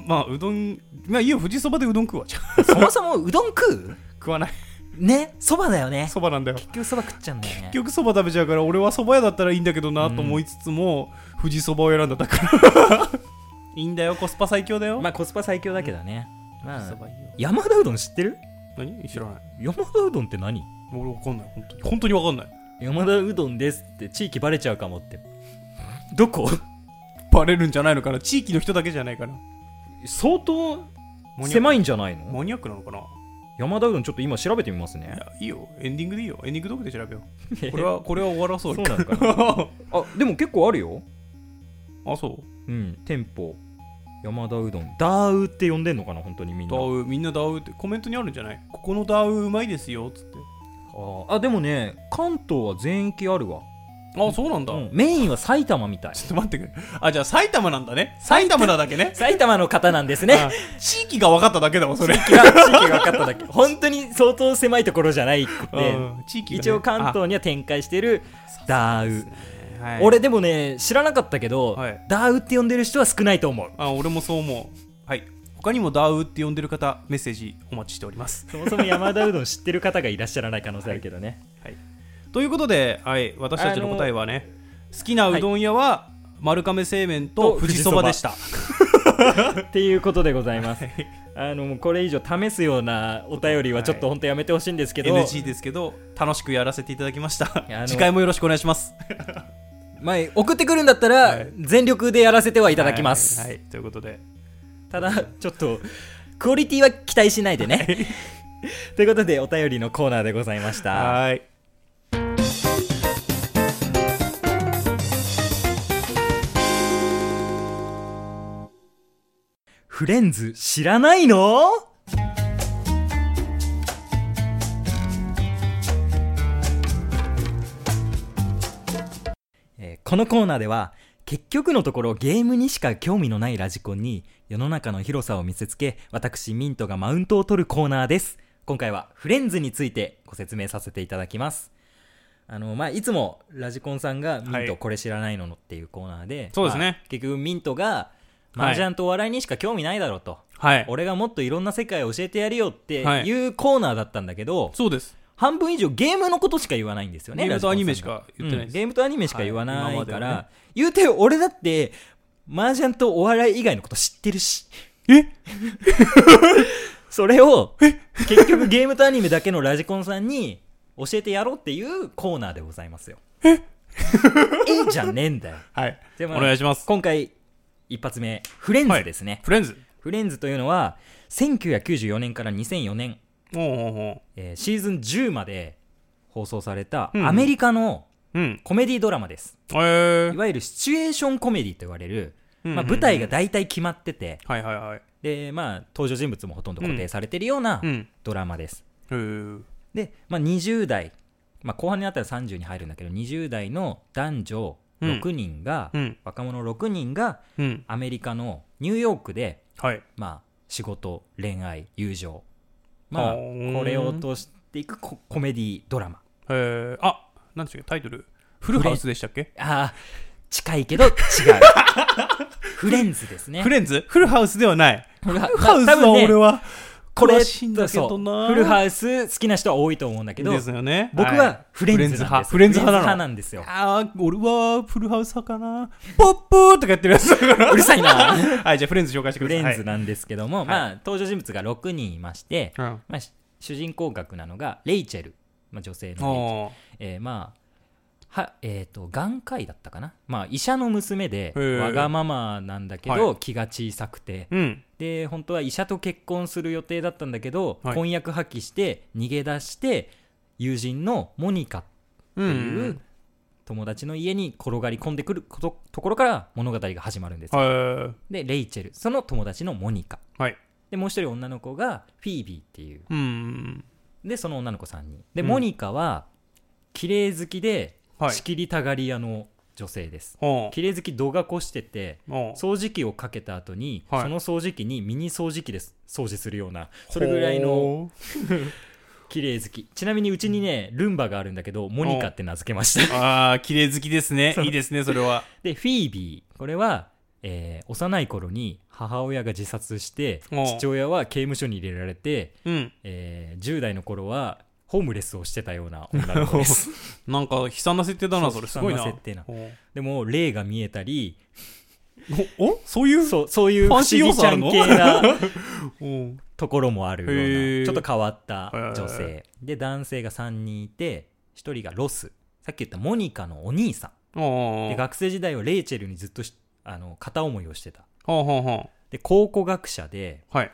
[SPEAKER 2] まあ、うどん、まあ、いいよ、富士そばでうどん食うわ。じゃあ
[SPEAKER 1] そもそもうどん食う
[SPEAKER 2] 食わない。
[SPEAKER 1] ねそばだよね
[SPEAKER 2] そばなんだよ。
[SPEAKER 1] 結局そば食っちゃうんだよね
[SPEAKER 2] 結局そば食べちゃうから俺はそば屋だったらいいんだけどなと思いつつも、富士そばを選んだだから いいんだよコスパ最強だよ、
[SPEAKER 1] まあコスパ最強だけどね、ま
[SPEAKER 2] 富士
[SPEAKER 1] あ
[SPEAKER 2] そばいいよ
[SPEAKER 1] 山田うどん知ってる
[SPEAKER 2] 何知らない
[SPEAKER 1] 山田うどんって何
[SPEAKER 2] 俺わかんない本当に本当にわかんない
[SPEAKER 1] 山田うどんですって地域バレちゃうかもってどこ
[SPEAKER 2] バレるんじゃないのかな地域の人だけじゃないかな
[SPEAKER 1] 相当
[SPEAKER 2] マニアック
[SPEAKER 1] 狭いんじゃないの
[SPEAKER 2] マニアックなのかない
[SPEAKER 1] 山田うどんちょっと今調べてみますね
[SPEAKER 2] やいいよエンディングでいいよエンディングどこで調べよ うこれはこれは終わらそ
[SPEAKER 1] そううなのかな
[SPEAKER 2] か
[SPEAKER 1] あでも結構あるよ
[SPEAKER 2] あそう
[SPEAKER 1] うん店舗山田うどんダーウって呼んでんのかな本当にみんな
[SPEAKER 2] ダウみんなダウってコメントにあるんじゃないここのダウうまいですよっつって
[SPEAKER 1] ああでもね関東は全域あるわ、
[SPEAKER 2] あそうなんだ、
[SPEAKER 1] うんメインは埼玉みたい
[SPEAKER 2] ちょっと待ってくれあじゃあ埼玉なんだね埼玉なだけね
[SPEAKER 1] 埼玉の方なんですね
[SPEAKER 2] あ地域が分かっただけだわそれ
[SPEAKER 1] 地域が地域が分かっただけ本当に相当狭いところじゃないくて
[SPEAKER 2] うん地域がね
[SPEAKER 1] 一応関東には展開してるダーウ、
[SPEAKER 2] あはい
[SPEAKER 1] 俺でもね知らなかったけど、
[SPEAKER 2] はい
[SPEAKER 1] ダーウって呼んでる人は少ないと思う
[SPEAKER 2] あ俺もそう思うはい他にもダウって呼んでる方メッセージお待ちしております
[SPEAKER 1] そもそも山田うどん知ってる方がいらっしゃらない可能性あるけどね、
[SPEAKER 2] ということで、はい、私たちの答えはね好きなうどん屋は丸亀製麺と
[SPEAKER 1] と
[SPEAKER 2] 富士そばでし た
[SPEAKER 1] っていうことでございます、
[SPEAKER 2] い
[SPEAKER 1] あのもうこれ以上試すようなお便りはちょっと本当やめてほしいんですけど、
[SPEAKER 2] NG ですけど楽しくやらせていただきまし
[SPEAKER 1] いやあ
[SPEAKER 2] た
[SPEAKER 1] の
[SPEAKER 2] 次回もよろしくお願いします
[SPEAKER 1] まあ、送ってくるんだったら、
[SPEAKER 2] はい
[SPEAKER 1] 全力でやらせてはいただきます、
[SPEAKER 2] はい、はいということで
[SPEAKER 1] ただちょっとクオリティは期待しないでねということでお便りのコーナーでございました
[SPEAKER 2] はい
[SPEAKER 1] フレンズ知らないのえーこのコーナーでは結局のところゲームにしか興味のないラジコンに世の中の広さを見せつけ私ミントがマウントを取るコーナーです今回はフレンズについてご説明させていただきますあのまあいつもラジコンさんがミン
[SPEAKER 2] は
[SPEAKER 1] ト
[SPEAKER 2] い
[SPEAKER 1] これ知らないのっていうコーナーで
[SPEAKER 2] そうですね
[SPEAKER 1] まあ結局ミントが
[SPEAKER 2] はい
[SPEAKER 1] 麻雀とお笑いにしか興味ないだろうと、
[SPEAKER 2] はい
[SPEAKER 1] 俺がもっといろんな世界を教えてやるよって
[SPEAKER 2] はい
[SPEAKER 1] いうコーナーだったんだけど、
[SPEAKER 2] そうです
[SPEAKER 1] 半分以上ゲームのことしか言わないんですよね
[SPEAKER 2] ゲームとアニメしか
[SPEAKER 1] ラ
[SPEAKER 2] 言っ
[SPEAKER 1] ジコンさん
[SPEAKER 2] て
[SPEAKER 1] が
[SPEAKER 2] ない
[SPEAKER 1] うん
[SPEAKER 2] です
[SPEAKER 1] ゲームとアニメしか言わな
[SPEAKER 2] はい
[SPEAKER 1] い
[SPEAKER 2] 今まで
[SPEAKER 1] か
[SPEAKER 2] はね
[SPEAKER 1] ら、言うて俺だって麻雀とお笑い以外のこと知ってるし
[SPEAKER 2] え
[SPEAKER 1] それを結局ゲームとアニメだけのラジコンさんに教えてやろうっていうコーナーでございますよええじゃねえんだよ
[SPEAKER 2] はい
[SPEAKER 1] でも
[SPEAKER 2] お願いします
[SPEAKER 1] 今回一発目フレンズですね、
[SPEAKER 2] フレンズ
[SPEAKER 1] フレンズというのは1994年から2004年、
[SPEAKER 2] おうおうお
[SPEAKER 1] えーシーズン10まで放送された
[SPEAKER 2] うん
[SPEAKER 1] アメリカの
[SPEAKER 2] ううん
[SPEAKER 1] コメディドラマです、
[SPEAKER 2] えー
[SPEAKER 1] いわゆるシチュエーションコメディと言われる、
[SPEAKER 2] うんうん
[SPEAKER 1] まあ、
[SPEAKER 2] うん
[SPEAKER 1] 舞台が大体決まってて
[SPEAKER 2] はいはいはい
[SPEAKER 1] で、まあ、登場人物もほとんど固定されてるような
[SPEAKER 2] うん
[SPEAKER 1] ドラマです、
[SPEAKER 2] へー
[SPEAKER 1] で、まあ、20代、まあ、後半になったら30に入るんだけど20代の男女6人が、
[SPEAKER 2] うん
[SPEAKER 1] 若者6人が
[SPEAKER 2] うん
[SPEAKER 1] アメリカのニューヨークで
[SPEAKER 2] はい
[SPEAKER 1] まあ、仕事恋愛友情まあ
[SPEAKER 2] あー
[SPEAKER 1] これを通していくココメディドラマ
[SPEAKER 2] えーあなんでしたっけタイトルフルハウスでしたっけ
[SPEAKER 1] ああ近いけど違う フレンズですね
[SPEAKER 2] フレンズフルハウスではない
[SPEAKER 1] フルハ
[SPEAKER 2] フルハウス
[SPEAKER 1] まあ多
[SPEAKER 2] は
[SPEAKER 1] 分ね
[SPEAKER 2] 俺は
[SPEAKER 1] これ
[SPEAKER 2] 詳しいんだけど
[SPEAKER 1] そ
[SPEAKER 2] な
[SPEAKER 1] うフルハウス好きな人は多いと思うんだけど
[SPEAKER 2] ですよね
[SPEAKER 1] 僕
[SPEAKER 2] い
[SPEAKER 1] はフレンズなんですよ
[SPEAKER 2] フレンズ派フレンズ派なの
[SPEAKER 1] なんですよ
[SPEAKER 2] ああ、俺はフルハウス派かな。ポップーとかやってるやつだから。
[SPEAKER 1] うるさいな
[SPEAKER 2] はい、じゃあフレンズ紹介して
[SPEAKER 1] フ
[SPEAKER 2] くださ
[SPEAKER 1] レン
[SPEAKER 2] い。
[SPEAKER 1] ズなんですけども、まあ登場人物が6人いまして、
[SPEAKER 2] はい。
[SPEAKER 1] まあ、し主人公格なのがレイチェル、まあ、女性のレイチ
[SPEAKER 2] うん。
[SPEAKER 1] ェル
[SPEAKER 2] おー
[SPEAKER 1] えーまあはえっ、と眼科医だったかな、まあ、医者の娘で
[SPEAKER 2] へー
[SPEAKER 1] わがままなんだけ
[SPEAKER 2] は
[SPEAKER 1] ど気が小さくて
[SPEAKER 2] うん。
[SPEAKER 1] で本当は医者と結婚する予定だったんだけど、
[SPEAKER 2] はい
[SPEAKER 1] 婚約破棄して逃げ出して友人のモニカと
[SPEAKER 2] うん
[SPEAKER 1] いうう友達の家に転がり込んでくることところから物語が始まるんですよ、
[SPEAKER 2] は
[SPEAKER 1] でレイチェルその友達のモニカ
[SPEAKER 2] い。はい。
[SPEAKER 1] でもう一人女の子がフィービーっていう
[SPEAKER 2] うん。
[SPEAKER 1] でその女の子3人で、
[SPEAKER 2] うん
[SPEAKER 1] モニカは綺麗好きで
[SPEAKER 2] はい
[SPEAKER 1] 仕切りたがり屋の女性です、
[SPEAKER 2] おー
[SPEAKER 1] 綺麗好き度が越してて
[SPEAKER 2] おー
[SPEAKER 1] 掃除機をかけた後に、
[SPEAKER 2] はい
[SPEAKER 1] その掃除機にミニ掃除機です掃除するようなそれぐらいの
[SPEAKER 2] ほ
[SPEAKER 1] 綺麗好きちなみにうちにねルンバがあるんだけどモニカって名付けました
[SPEAKER 2] ーああ、綺麗好きですね。いいですね、それは。
[SPEAKER 1] でフィービーこれは、えー幼い頃に母親が自殺して
[SPEAKER 2] お
[SPEAKER 1] 父親は刑務所に入れられて、
[SPEAKER 2] うん。
[SPEAKER 1] えー10代の頃はホームレスをしてたような女の子です
[SPEAKER 2] なんか悲惨な設定だな、
[SPEAKER 1] そ
[SPEAKER 2] そうれ。すごいな。
[SPEAKER 1] 悲惨な設定な
[SPEAKER 2] おー
[SPEAKER 1] でも霊が見えたり
[SPEAKER 2] おおそういう
[SPEAKER 1] そうそういう不
[SPEAKER 2] ファ
[SPEAKER 1] 思
[SPEAKER 2] ンシー要
[SPEAKER 1] 議ち
[SPEAKER 2] 素あ
[SPEAKER 1] ゃ
[SPEAKER 2] る
[SPEAKER 1] ん
[SPEAKER 2] の
[SPEAKER 1] 系な
[SPEAKER 2] おー
[SPEAKER 1] ところもあるよう
[SPEAKER 2] へ
[SPEAKER 1] な
[SPEAKER 2] ー
[SPEAKER 1] ちょっと変わった女
[SPEAKER 2] へ
[SPEAKER 1] 性で男性が3人いて1人がロスさっき言ったモニカのお兄さん
[SPEAKER 2] お
[SPEAKER 1] で
[SPEAKER 2] ー。
[SPEAKER 1] 学生時代はレイチェルにずっとしあの片思いをしてた
[SPEAKER 2] ほうほうほ
[SPEAKER 1] で考古学者で
[SPEAKER 2] う。はい。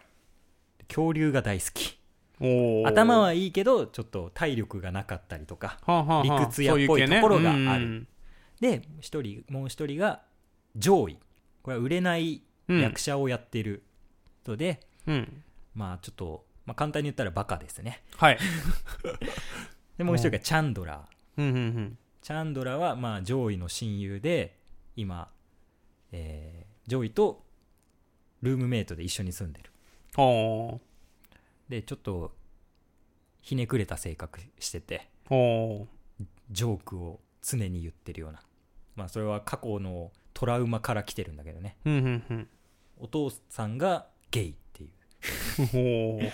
[SPEAKER 1] 恐竜が大好き
[SPEAKER 2] おー
[SPEAKER 1] 頭、はいいけどちょっと体力がなかったりとか
[SPEAKER 2] はあはあはあ
[SPEAKER 1] 理屈屋っぽいところがある。
[SPEAKER 2] そういう系ね
[SPEAKER 1] で一人もう一人が上位これは売れない
[SPEAKER 2] うんうん
[SPEAKER 1] 役者をやってる人で、
[SPEAKER 2] うん。
[SPEAKER 1] まあちょっと、まあ、簡単に言ったらバカですね
[SPEAKER 2] はい。
[SPEAKER 1] でもう一人がチャンドラー
[SPEAKER 2] うんうんうん。
[SPEAKER 1] チャンドラはまあ上位の親友で今、えー上位とルームメイトで一緒に住んでる
[SPEAKER 2] ほ
[SPEAKER 1] でちょっとひねくれた性格してて
[SPEAKER 2] う。ほ
[SPEAKER 1] ジョークを常に言ってるようなまあそれは過去のトラウマから来てるんだけどね
[SPEAKER 2] う。うんうんうん。
[SPEAKER 1] お父さんがゲイっていう
[SPEAKER 2] ほう。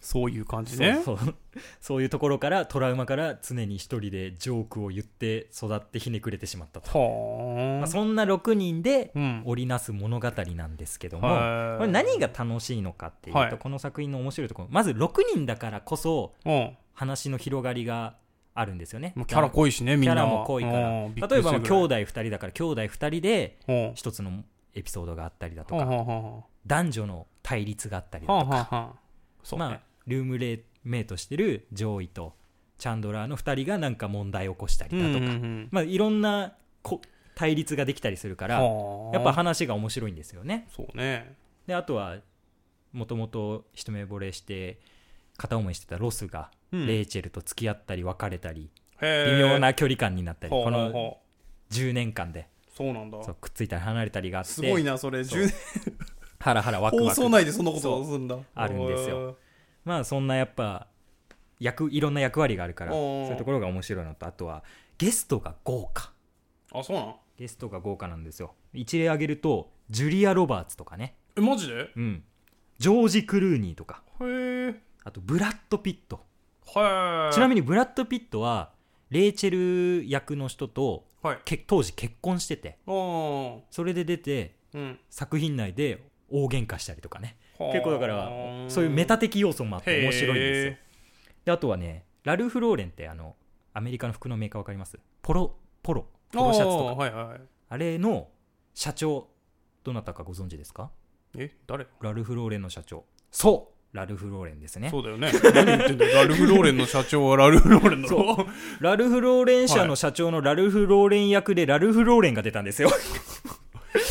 [SPEAKER 2] そういう感じね。
[SPEAKER 1] そう そうそういうところからトラウマから常に一人でジョークを言って育ってひねくれてしまったと、
[SPEAKER 2] ほ
[SPEAKER 1] まあ、
[SPEAKER 2] う。
[SPEAKER 1] そんな6人で
[SPEAKER 2] うん。
[SPEAKER 1] 織りなす物語なんですけども、
[SPEAKER 2] はい
[SPEAKER 1] これ何が楽しいのかっていうと、
[SPEAKER 2] はい
[SPEAKER 1] この作品の面白いところまず6人だからこそ
[SPEAKER 2] うん。
[SPEAKER 1] 話の広がりがあるんですよね
[SPEAKER 2] もうキャラ濃いしね、み
[SPEAKER 1] キ
[SPEAKER 2] ん
[SPEAKER 1] ャ
[SPEAKER 2] な。
[SPEAKER 1] ラも濃いから
[SPEAKER 2] うん
[SPEAKER 1] 例えばまあ兄。
[SPEAKER 2] びっくり
[SPEAKER 1] 弟2人だから兄弟2人です
[SPEAKER 2] るぐらい
[SPEAKER 1] 1つのエピソードがあったりだと
[SPEAKER 2] ほう。
[SPEAKER 1] か
[SPEAKER 2] ほうほ
[SPEAKER 1] 男女の対立があったり
[SPEAKER 2] う
[SPEAKER 1] だ
[SPEAKER 2] ほう。
[SPEAKER 1] と
[SPEAKER 2] ほうほう
[SPEAKER 1] か
[SPEAKER 2] ほう。そう
[SPEAKER 1] まあ
[SPEAKER 2] ね。
[SPEAKER 1] ルームレメイトしてる上位とチャンドラーの2人がなんか問題を起こした
[SPEAKER 2] う
[SPEAKER 1] り
[SPEAKER 2] ん
[SPEAKER 1] だとか、
[SPEAKER 2] うんうん
[SPEAKER 1] まあ、いろんなこ対立ができたりするから
[SPEAKER 2] ほう
[SPEAKER 1] やっぱ話が面白いんですよね。
[SPEAKER 2] そうね。
[SPEAKER 1] であとはもともと一目惚れして片思いしてたロスが
[SPEAKER 2] うん
[SPEAKER 1] レイチェルと付き合ったり別れたり、
[SPEAKER 2] へー
[SPEAKER 1] 微妙な距離感になったり、
[SPEAKER 2] ほう
[SPEAKER 1] こ
[SPEAKER 2] ほう
[SPEAKER 1] の
[SPEAKER 2] ほ
[SPEAKER 1] 10年間で
[SPEAKER 2] うそうなんだ
[SPEAKER 1] そうくっついたり離れたりがあって
[SPEAKER 2] すごいなそれ
[SPEAKER 1] そう
[SPEAKER 2] 10
[SPEAKER 1] ハラハラワク
[SPEAKER 2] 放
[SPEAKER 1] ワク
[SPEAKER 2] 送内でそんなこと
[SPEAKER 1] そ
[SPEAKER 2] を
[SPEAKER 1] う
[SPEAKER 2] するんだ
[SPEAKER 1] あるんですよまあそんなやっぱ役いろんな役割があるから
[SPEAKER 2] お
[SPEAKER 1] そ
[SPEAKER 2] ー
[SPEAKER 1] ういうところが面白いのとあとはゲストが豪華
[SPEAKER 2] あそうなん
[SPEAKER 1] ゲストが豪華なんですよ一例挙げるとジュリア・ロバーツとかね
[SPEAKER 2] えマジでへ
[SPEAKER 1] うんジョージ・クルーニーとか
[SPEAKER 2] えへ
[SPEAKER 1] あとブラッド・ピット
[SPEAKER 2] え
[SPEAKER 1] ちなみ
[SPEAKER 2] に
[SPEAKER 1] にブラッド・ピットはレイチェル役の人と
[SPEAKER 2] はい
[SPEAKER 1] け当時結婚してて
[SPEAKER 2] あー
[SPEAKER 1] それで出て
[SPEAKER 2] うん
[SPEAKER 1] 作品内で大喧嘩したりとかね結構だから
[SPEAKER 2] はー
[SPEAKER 1] そういうメタ的要素もあって面白いんですよ
[SPEAKER 2] へ
[SPEAKER 1] であとはねラルフ・ローレンってあのアメリカの服のメーカーわかりますポロポロ
[SPEAKER 2] ー
[SPEAKER 1] ポロシャツと
[SPEAKER 2] あ
[SPEAKER 1] か
[SPEAKER 2] ーはいはいはい
[SPEAKER 1] あれの社長どなたかご存知ですか
[SPEAKER 2] え誰
[SPEAKER 1] ラルフ・ローレンの社長そうラルフ・ローレンですね
[SPEAKER 2] そうだよね。何言ってんだよ。ラルフ・ローレンの社長はラルフ・ローレンだ
[SPEAKER 1] そ
[SPEAKER 2] ろ。
[SPEAKER 1] ラルフ・ローレン社の社長のラルフ・ローレン役でラルフ・ローレンが出たんですよ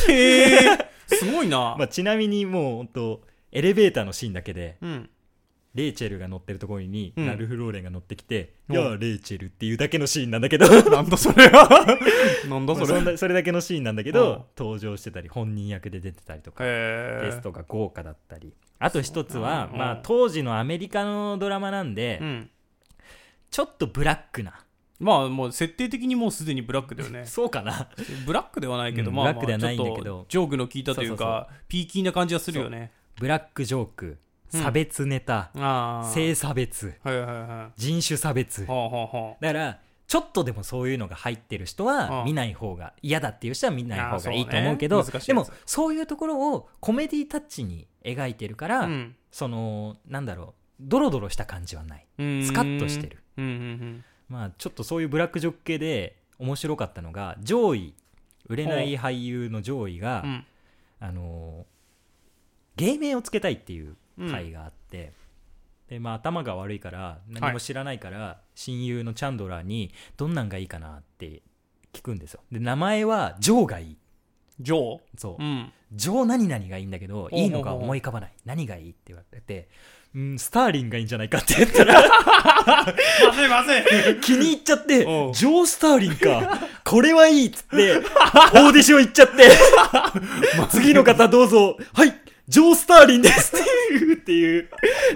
[SPEAKER 2] へえ。すごいな。
[SPEAKER 1] まあちなみにもう本当エレベーターのシーンだけで
[SPEAKER 2] うん。
[SPEAKER 1] レイチェルが乗ってるところに
[SPEAKER 2] うん
[SPEAKER 1] ラルフ・ローレンが乗ってきて「
[SPEAKER 2] うん
[SPEAKER 1] いやあレイチェル」っていうだけのシーンなんだけど
[SPEAKER 2] なんだそれは。なんだ
[SPEAKER 1] まあ
[SPEAKER 2] そ
[SPEAKER 1] そん
[SPEAKER 2] れ。へ
[SPEAKER 1] なそれだけのシーンなんだけ
[SPEAKER 2] うん
[SPEAKER 1] ど登場してたり本人役で出てたりとかゲス
[SPEAKER 2] え。
[SPEAKER 1] トが豪華だったりあと一つは、
[SPEAKER 2] うん
[SPEAKER 1] まあ、当時のアメリカのドラマなんで、
[SPEAKER 2] うん。
[SPEAKER 1] ちょっとブラックな
[SPEAKER 2] まあもう設定的にもうすでにブラックだよ ね。
[SPEAKER 1] そうかな
[SPEAKER 2] ブラックではないけど、
[SPEAKER 1] うん
[SPEAKER 2] まあまあ
[SPEAKER 1] ブラックではないんだけど
[SPEAKER 2] ちょっとジョークの効いたという
[SPEAKER 1] そう
[SPEAKER 2] か、ピーキーな感じはするよね。
[SPEAKER 1] ブラックジョーク
[SPEAKER 2] うん
[SPEAKER 1] 差別ネタ、
[SPEAKER 2] ああ。
[SPEAKER 1] 性差別
[SPEAKER 2] はいはいはい。
[SPEAKER 1] 人種差別だ
[SPEAKER 2] ほうほうほ
[SPEAKER 1] からちょっとでもそういうのが入ってる人は
[SPEAKER 2] うん
[SPEAKER 1] 見ない方が嫌だっていう人は見ない
[SPEAKER 2] あー
[SPEAKER 1] 方
[SPEAKER 2] そ
[SPEAKER 1] が
[SPEAKER 2] うね
[SPEAKER 1] いいと思うけど
[SPEAKER 2] 難しいやつ
[SPEAKER 1] でもそういうところをコメディタッチに描いてるから、
[SPEAKER 2] う。うん。
[SPEAKER 1] そのなんだろうドロドロした感じはない
[SPEAKER 2] うん
[SPEAKER 1] スカッとしてる。
[SPEAKER 2] うんうん
[SPEAKER 1] まあちょっとそういうブラックジョック系で面白かったのが上位売れない俳優の上位が、
[SPEAKER 2] うん。うん。
[SPEAKER 1] あのー芸名をつけたいっていう会があって、でまあ頭が悪いから何も知らないから、親友のチャンドラーにどんなんがいいかなって聞くんですよで名前はジョーがいい
[SPEAKER 2] ジョ
[SPEAKER 1] そう
[SPEAKER 2] ーうん。
[SPEAKER 1] ジョー何々がいいんだけど、
[SPEAKER 2] おう
[SPEAKER 1] いいのが思い浮かばない。何がいいって言われて、うん、スターリンがいいんじゃないかって言ったら、
[SPEAKER 2] まずいまずい
[SPEAKER 1] 気に入っちゃって、ジ
[SPEAKER 2] お
[SPEAKER 1] ョ
[SPEAKER 2] う
[SPEAKER 1] ー・スターリンか、これはいいっつって、オーディション行っちゃ って、次の方どうぞ、はい、ジョー・スターリンですっていう、っていう、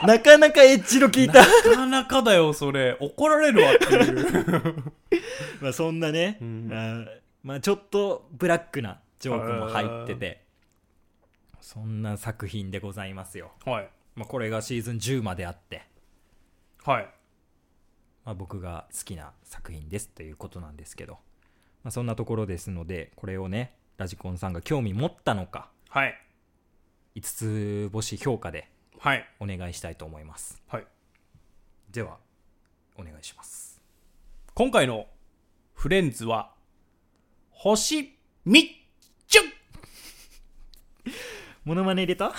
[SPEAKER 1] なかなかエッジの効いた、
[SPEAKER 2] なかなかだよ、それ。怒られるわっていう。
[SPEAKER 1] まあそんなね、
[SPEAKER 2] うん
[SPEAKER 1] あーまあちょっとブラックなジョークも入ってて、そんな作品でございますよ。
[SPEAKER 2] はい。
[SPEAKER 1] まあ、これがシーズン10まであって、
[SPEAKER 2] はい。
[SPEAKER 1] まあ、僕が好きな作品ですということなんですけど、まあ、そんなところですのでこれをねラジコンさんが興味持ったのか
[SPEAKER 2] はい。
[SPEAKER 1] 5つ星評価で
[SPEAKER 2] はい。
[SPEAKER 1] お願いしたいと思います
[SPEAKER 2] はい。
[SPEAKER 1] ではお願いします
[SPEAKER 2] 今回のフレンズは、星みっちょ
[SPEAKER 1] モノマネ入れた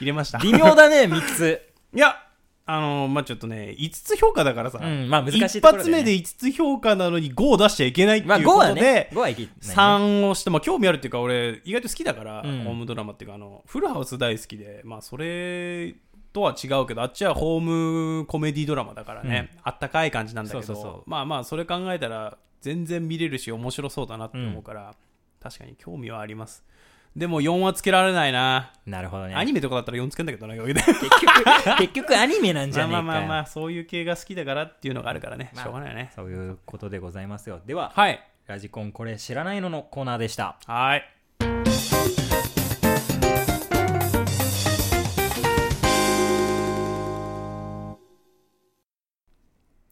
[SPEAKER 2] 入れました。
[SPEAKER 1] 微妙だね3つ
[SPEAKER 2] いや、あのーまあ、ちょっとね、5つ評価だからさ、
[SPEAKER 1] うんまあ難しいと
[SPEAKER 2] 一
[SPEAKER 1] ころだよ
[SPEAKER 2] 発
[SPEAKER 1] ね
[SPEAKER 2] 目で5つ評価なのに5を出しちゃいけないっ て
[SPEAKER 1] まあ
[SPEAKER 2] いう
[SPEAKER 1] 5
[SPEAKER 2] こと
[SPEAKER 1] は
[SPEAKER 2] で、
[SPEAKER 1] ね5はいきないね
[SPEAKER 2] 3をして、まあ、興味あるっていうか、俺、意外と好きだから、
[SPEAKER 1] うん
[SPEAKER 2] ホームドラマっていうか、あの、フルハウス大好きで、まあ、それとは違うけど、あっちはホームコメディドラマだからね、あったかい感じなんだけど、
[SPEAKER 1] そうそうそう
[SPEAKER 2] まあまあ、それ考えたら、全然見れるし、面白そうだなって思うから、確かに興味はあります。でも、4はつけられないな。
[SPEAKER 1] なるほどね
[SPEAKER 2] アニメとかだったら4つけんだけどな、余裕で。
[SPEAKER 1] 結 局結局アニメなんじ
[SPEAKER 2] ま
[SPEAKER 1] ゃ
[SPEAKER 2] あ
[SPEAKER 1] ねえ
[SPEAKER 2] ま
[SPEAKER 1] か
[SPEAKER 2] あ
[SPEAKER 1] よ
[SPEAKER 2] まあまあ、そういう系が好きだからっていうのがあるからね、
[SPEAKER 1] まあ
[SPEAKER 2] しょうがないよね。
[SPEAKER 1] そういうことでございますよでは
[SPEAKER 2] はい。
[SPEAKER 1] ラジコンこれ知らないののコーナーでした
[SPEAKER 2] はい。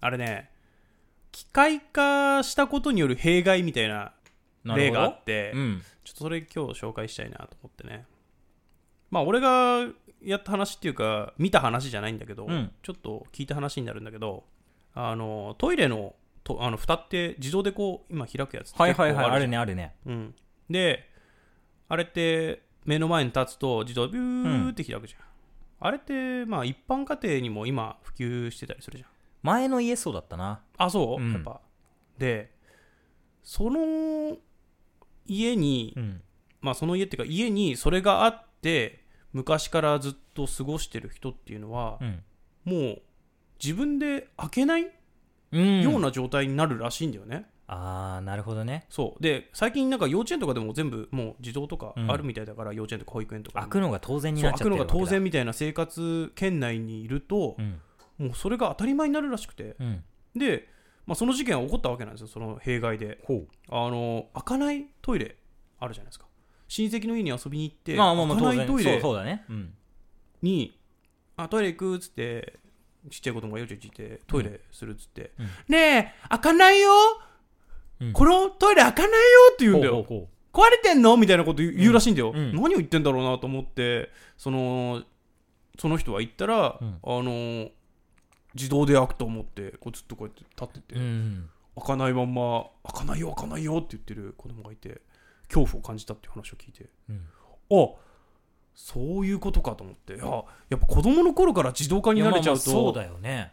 [SPEAKER 2] あれね、機械化したことによる弊害みたいな
[SPEAKER 1] なる
[SPEAKER 2] 例
[SPEAKER 1] ほど
[SPEAKER 2] があって、
[SPEAKER 1] うん
[SPEAKER 2] ちょっとそれ今日紹介したいなと思ってね。まあ俺がやった話っていうか、見た話じゃないんだけど、
[SPEAKER 1] うん
[SPEAKER 2] ちょっと聞いた話になるんだけど、あのトイレのとあの蓋って自動でこう今開くやつって
[SPEAKER 1] はい
[SPEAKER 2] 結構
[SPEAKER 1] はいはい
[SPEAKER 2] じゃん
[SPEAKER 1] あるねあるね
[SPEAKER 2] うん、であれって目の前に立つと自動でビューって開くじゃん、あれってまあ一般家庭にも今普及してたりするじゃん
[SPEAKER 1] 前の家そうだったな
[SPEAKER 2] あそう、
[SPEAKER 1] うん
[SPEAKER 2] やっぱでその家に
[SPEAKER 1] うん
[SPEAKER 2] まあ、その家っていうか家にそれがあって昔からずっと過ごしてる人っていうのは、
[SPEAKER 1] うん
[SPEAKER 2] もう自分で開けないよ
[SPEAKER 1] うん
[SPEAKER 2] うな状態になるらしいんだよね、
[SPEAKER 1] ああなるほどね
[SPEAKER 2] そうで最近なんか幼稚園とかでも全部もう児童とか
[SPEAKER 1] うん
[SPEAKER 2] あるみたいだから、幼稚園とか保育園と
[SPEAKER 1] 開
[SPEAKER 2] かでも
[SPEAKER 1] くのが当然に
[SPEAKER 2] そ
[SPEAKER 1] なっ
[SPEAKER 2] う開
[SPEAKER 1] ちゃって
[SPEAKER 2] く
[SPEAKER 1] る
[SPEAKER 2] の
[SPEAKER 1] わけ
[SPEAKER 2] が
[SPEAKER 1] だ
[SPEAKER 2] 当然みたいな生活圏内にいると、
[SPEAKER 1] うん
[SPEAKER 2] もうそれが当たり前になるらしくて
[SPEAKER 1] うん
[SPEAKER 2] で、まあ、その事件は起こったわけなんですよその弊害で
[SPEAKER 1] ほ
[SPEAKER 2] あの開かないトイレあるじゃないですか親戚の家に遊びに行って、
[SPEAKER 1] まあまあまあ
[SPEAKER 2] 開
[SPEAKER 1] 当
[SPEAKER 2] かな
[SPEAKER 1] 然
[SPEAKER 2] いトイ
[SPEAKER 1] そう
[SPEAKER 2] レ
[SPEAKER 1] そうだねうん
[SPEAKER 2] にあトイレ行くっつってちっちゃい子供がよちよちいてトイレするっつって、
[SPEAKER 1] うん
[SPEAKER 2] ねえ開かないよ、
[SPEAKER 1] うん
[SPEAKER 2] このトイレ開かないよって言うんだよ
[SPEAKER 1] ほうほうほ
[SPEAKER 2] 壊れてんのみたいなこと言う言うらしいんだよ、
[SPEAKER 1] うん
[SPEAKER 2] 何を言ってんだろうなと思ってそのその人は言ったら、
[SPEAKER 1] うん
[SPEAKER 2] あの自動で開くと思ってこうずっとこうやって立って
[SPEAKER 1] うう
[SPEAKER 2] て、
[SPEAKER 1] ん
[SPEAKER 2] 開かないまんま開かないよ開かないよって言ってる子供がいて恐怖を感じたっていう話を聞いて
[SPEAKER 1] うん
[SPEAKER 2] あそういうことかと思っていややっぱ子供の頃から自動化に
[SPEAKER 1] いや
[SPEAKER 2] な
[SPEAKER 1] まあ
[SPEAKER 2] れち
[SPEAKER 1] ま
[SPEAKER 2] ゃ
[SPEAKER 1] あ
[SPEAKER 2] うと、
[SPEAKER 1] そうだよね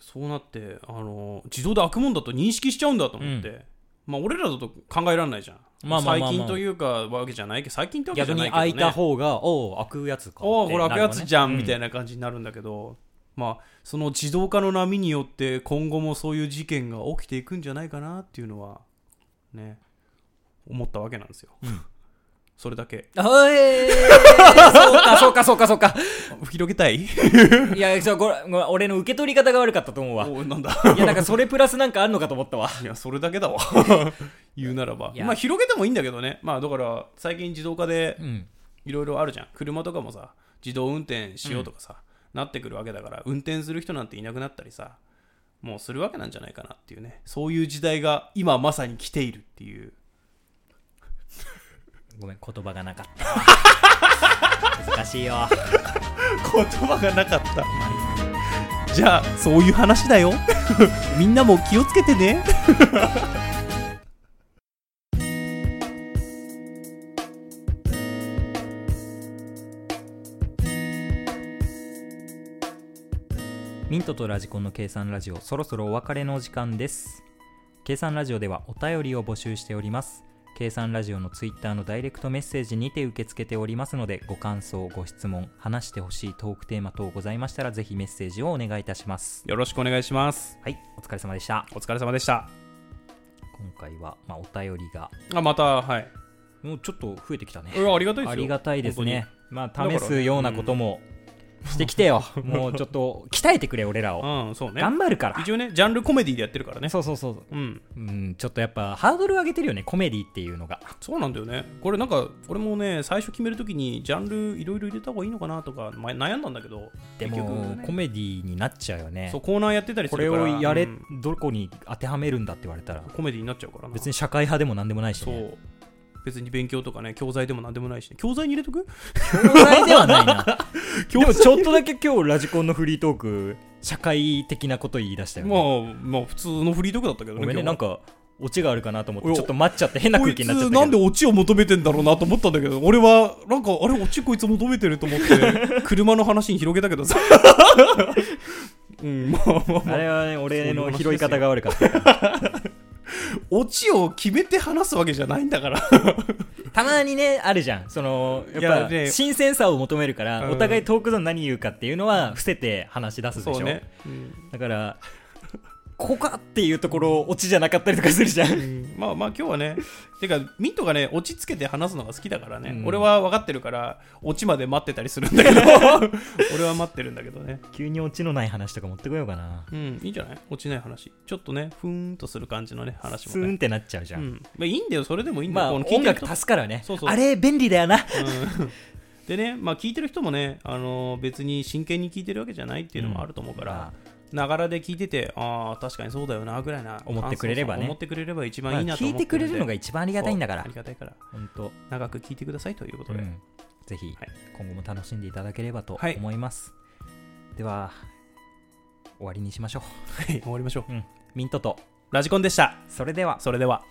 [SPEAKER 2] そうなってあの自動で開くもんだと認識しちゃうんだと思って、まあ俺らだと考えられないじゃん、
[SPEAKER 1] まあまあまあまあ
[SPEAKER 2] 最近というかわけじゃないけど最近ってわけじ
[SPEAKER 1] 逆
[SPEAKER 2] ゃない
[SPEAKER 1] に
[SPEAKER 2] けど、ね、
[SPEAKER 1] 開いた方がおお開くやつか
[SPEAKER 2] おおこれ開くやつじゃん、みたい
[SPEAKER 1] な
[SPEAKER 2] な感じになるんだけどまあその自動化の波によって今後もそういう事件が起きていくんじゃないかなっていうのはね思ったわけなんですよ、
[SPEAKER 1] うん
[SPEAKER 2] それだけ
[SPEAKER 1] あえーそうかそうかそうかそ
[SPEAKER 2] 広げたいう
[SPEAKER 1] かいやそうごめんごめん俺の受け取り方が悪かったと思うわ
[SPEAKER 2] おなんだ
[SPEAKER 1] いやなんかそれプラスなんかあるのかと思ったわ
[SPEAKER 2] いや、それだけだわ。 言うならば
[SPEAKER 1] い。や
[SPEAKER 2] まあ、広げてもいいんだけどね。まあ、だから、最近自動化で
[SPEAKER 1] うん
[SPEAKER 2] いろいろあるじゃん。車とかもさ、自動運転しようとかさ、なってくるわけだから、運転する人なんていなくなったりさ、もうするわけなんじゃないかなっていうね。そういう時代が今まさに来ているっていう。
[SPEAKER 1] ごめん言葉がなかったわ難しいよ
[SPEAKER 2] 言葉がなかった。じゃあ、そういう話だよ。 みんなも気をつけてね。
[SPEAKER 1] ミントとラジコンの計算ラジオそろそろお別れのお時間です計算ラジオではお便りを募集しております計算ラジオのツイッターのダイレクトメッセージにて受け付けておりますのでご感想ご質問話してほしいトークテーマ等ございましたらぜひメッセージをお願いいたします
[SPEAKER 2] よろしくお願いします。
[SPEAKER 1] はいお疲れ様でした
[SPEAKER 2] お疲れ様でした。
[SPEAKER 1] 今回は、まあ、お便りが
[SPEAKER 2] あ、また、はい。
[SPEAKER 1] もうちょっと増えてきたね
[SPEAKER 2] うわありがたいですよ。
[SPEAKER 1] ありがたいです
[SPEAKER 2] 本当に
[SPEAKER 1] ね。ま
[SPEAKER 2] だ
[SPEAKER 1] あ
[SPEAKER 2] から
[SPEAKER 1] 試すようなこともしてきて よ、もうちょっと鍛えてくれ俺らを、
[SPEAKER 2] うん、そうね。
[SPEAKER 1] 頑張るから
[SPEAKER 2] 一応ね、ジャンルコメディでやってるからね。
[SPEAKER 1] そうそうそう
[SPEAKER 2] うん、
[SPEAKER 1] うん、ちょっとやっぱハードル上げてるよねコメディっていうのが
[SPEAKER 2] そうなんだよね。これなんか、俺もね、最初決めるときに、ジャンルいろいろ入れた方がいいのかなとか、ま悩んだんだけど、
[SPEAKER 1] で
[SPEAKER 2] 結局
[SPEAKER 1] も、
[SPEAKER 2] ね
[SPEAKER 1] コメディになっちゃうよね
[SPEAKER 2] そうコーナーやってたりす
[SPEAKER 1] これ
[SPEAKER 2] るから、
[SPEAKER 1] をやれ、
[SPEAKER 2] うん
[SPEAKER 1] どこに当てはめるんだって言われたら
[SPEAKER 2] コメディになっちゃうからな。
[SPEAKER 1] 別に社会派でも何でもないし、
[SPEAKER 2] そ
[SPEAKER 1] ね、
[SPEAKER 2] う。別に勉強とかね、教材でもなんでもないしね、教材に入れとく
[SPEAKER 1] 教材ではない なでもちょっとだけ今日ラジコンのフリートーク社会的なこと言い出したよね、
[SPEAKER 2] まあ、まあ、普通のフリートークだったけど
[SPEAKER 1] ご
[SPEAKER 2] ね、
[SPEAKER 1] めんねな
[SPEAKER 2] 今
[SPEAKER 1] ん
[SPEAKER 2] 日
[SPEAKER 1] かオチがあるかなと思っ
[SPEAKER 2] お
[SPEAKER 1] て
[SPEAKER 2] や
[SPEAKER 1] ちょっと待っちゃって変な
[SPEAKER 2] こ
[SPEAKER 1] 空
[SPEAKER 2] い
[SPEAKER 1] 気に
[SPEAKER 2] つ
[SPEAKER 1] なっちゃっ、た
[SPEAKER 2] なん
[SPEAKER 1] け
[SPEAKER 2] で
[SPEAKER 1] ど
[SPEAKER 2] オチを求めてんだろうなと思ったんだけど、俺は、なんか、あれ、オチこいつ求めてると思って、 車の話に広げたけどさ。うん、まあまあまあ
[SPEAKER 1] あれはね俺の
[SPEAKER 2] そういう話
[SPEAKER 1] 拾い方が悪かった から
[SPEAKER 2] オチを決めて話すわけじゃないんだから。
[SPEAKER 1] たまにねあるじゃんその
[SPEAKER 2] いや
[SPEAKER 1] やっぱ
[SPEAKER 2] ね
[SPEAKER 1] 新鮮さを求めるから、
[SPEAKER 2] うん
[SPEAKER 1] お互いトークゾーン何言うかっていうのは伏せて話し出すでしょ
[SPEAKER 2] そうね。
[SPEAKER 1] だからここかっていうところオチじゃなかったりとかするじゃ
[SPEAKER 2] うんんまあまあ今日はね、てかミントがね、オチつけて話すのが好きだからね、
[SPEAKER 1] うん
[SPEAKER 2] 俺は分かってるから、オチまで待ってたりするんだけど、 俺は待ってるんだけどね。
[SPEAKER 1] 急にオチのない話とか持ってこようかな
[SPEAKER 2] うん、いいんじゃないオチない話。ちょっとね、ふーんとする感じのね、話
[SPEAKER 1] ス
[SPEAKER 2] も
[SPEAKER 1] ーン
[SPEAKER 2] ね
[SPEAKER 1] っ。てなっちゃうじ
[SPEAKER 2] う
[SPEAKER 1] ゃん、
[SPEAKER 2] ん、まあいいんだよ、それでもいいんだよ。
[SPEAKER 1] まあ
[SPEAKER 2] この聞い
[SPEAKER 1] 音
[SPEAKER 2] てる
[SPEAKER 1] 楽
[SPEAKER 2] 人
[SPEAKER 1] 助かるよね
[SPEAKER 2] そうそう
[SPEAKER 1] あれ便利だよな
[SPEAKER 2] うんでね、まあ聞いてる人もね、あの別に真剣に聞いてるわけじゃないっていうのもあると思うから、
[SPEAKER 1] まあ
[SPEAKER 2] ながらで聞いてて、ああ、確かにそうだよな、ぐらいな。
[SPEAKER 1] 思ってくれればね
[SPEAKER 2] 思ってくれれば一番
[SPEAKER 1] ま
[SPEAKER 2] い
[SPEAKER 1] あ
[SPEAKER 2] いなと
[SPEAKER 1] 聞い
[SPEAKER 2] 思って
[SPEAKER 1] くれるの
[SPEAKER 2] が
[SPEAKER 1] が一番ありがたいんだから
[SPEAKER 2] ありがたいから。
[SPEAKER 1] 本当
[SPEAKER 2] 長く聞いてくださいということ
[SPEAKER 1] う
[SPEAKER 2] で。
[SPEAKER 1] んぜひ
[SPEAKER 2] はい
[SPEAKER 1] 今後も楽しんでいただければと
[SPEAKER 2] はい
[SPEAKER 1] 思います、では終わりにしましょう
[SPEAKER 2] はい、終わりましょう。
[SPEAKER 1] ミントと
[SPEAKER 2] ラジコンでした。
[SPEAKER 1] それでは
[SPEAKER 2] それでは。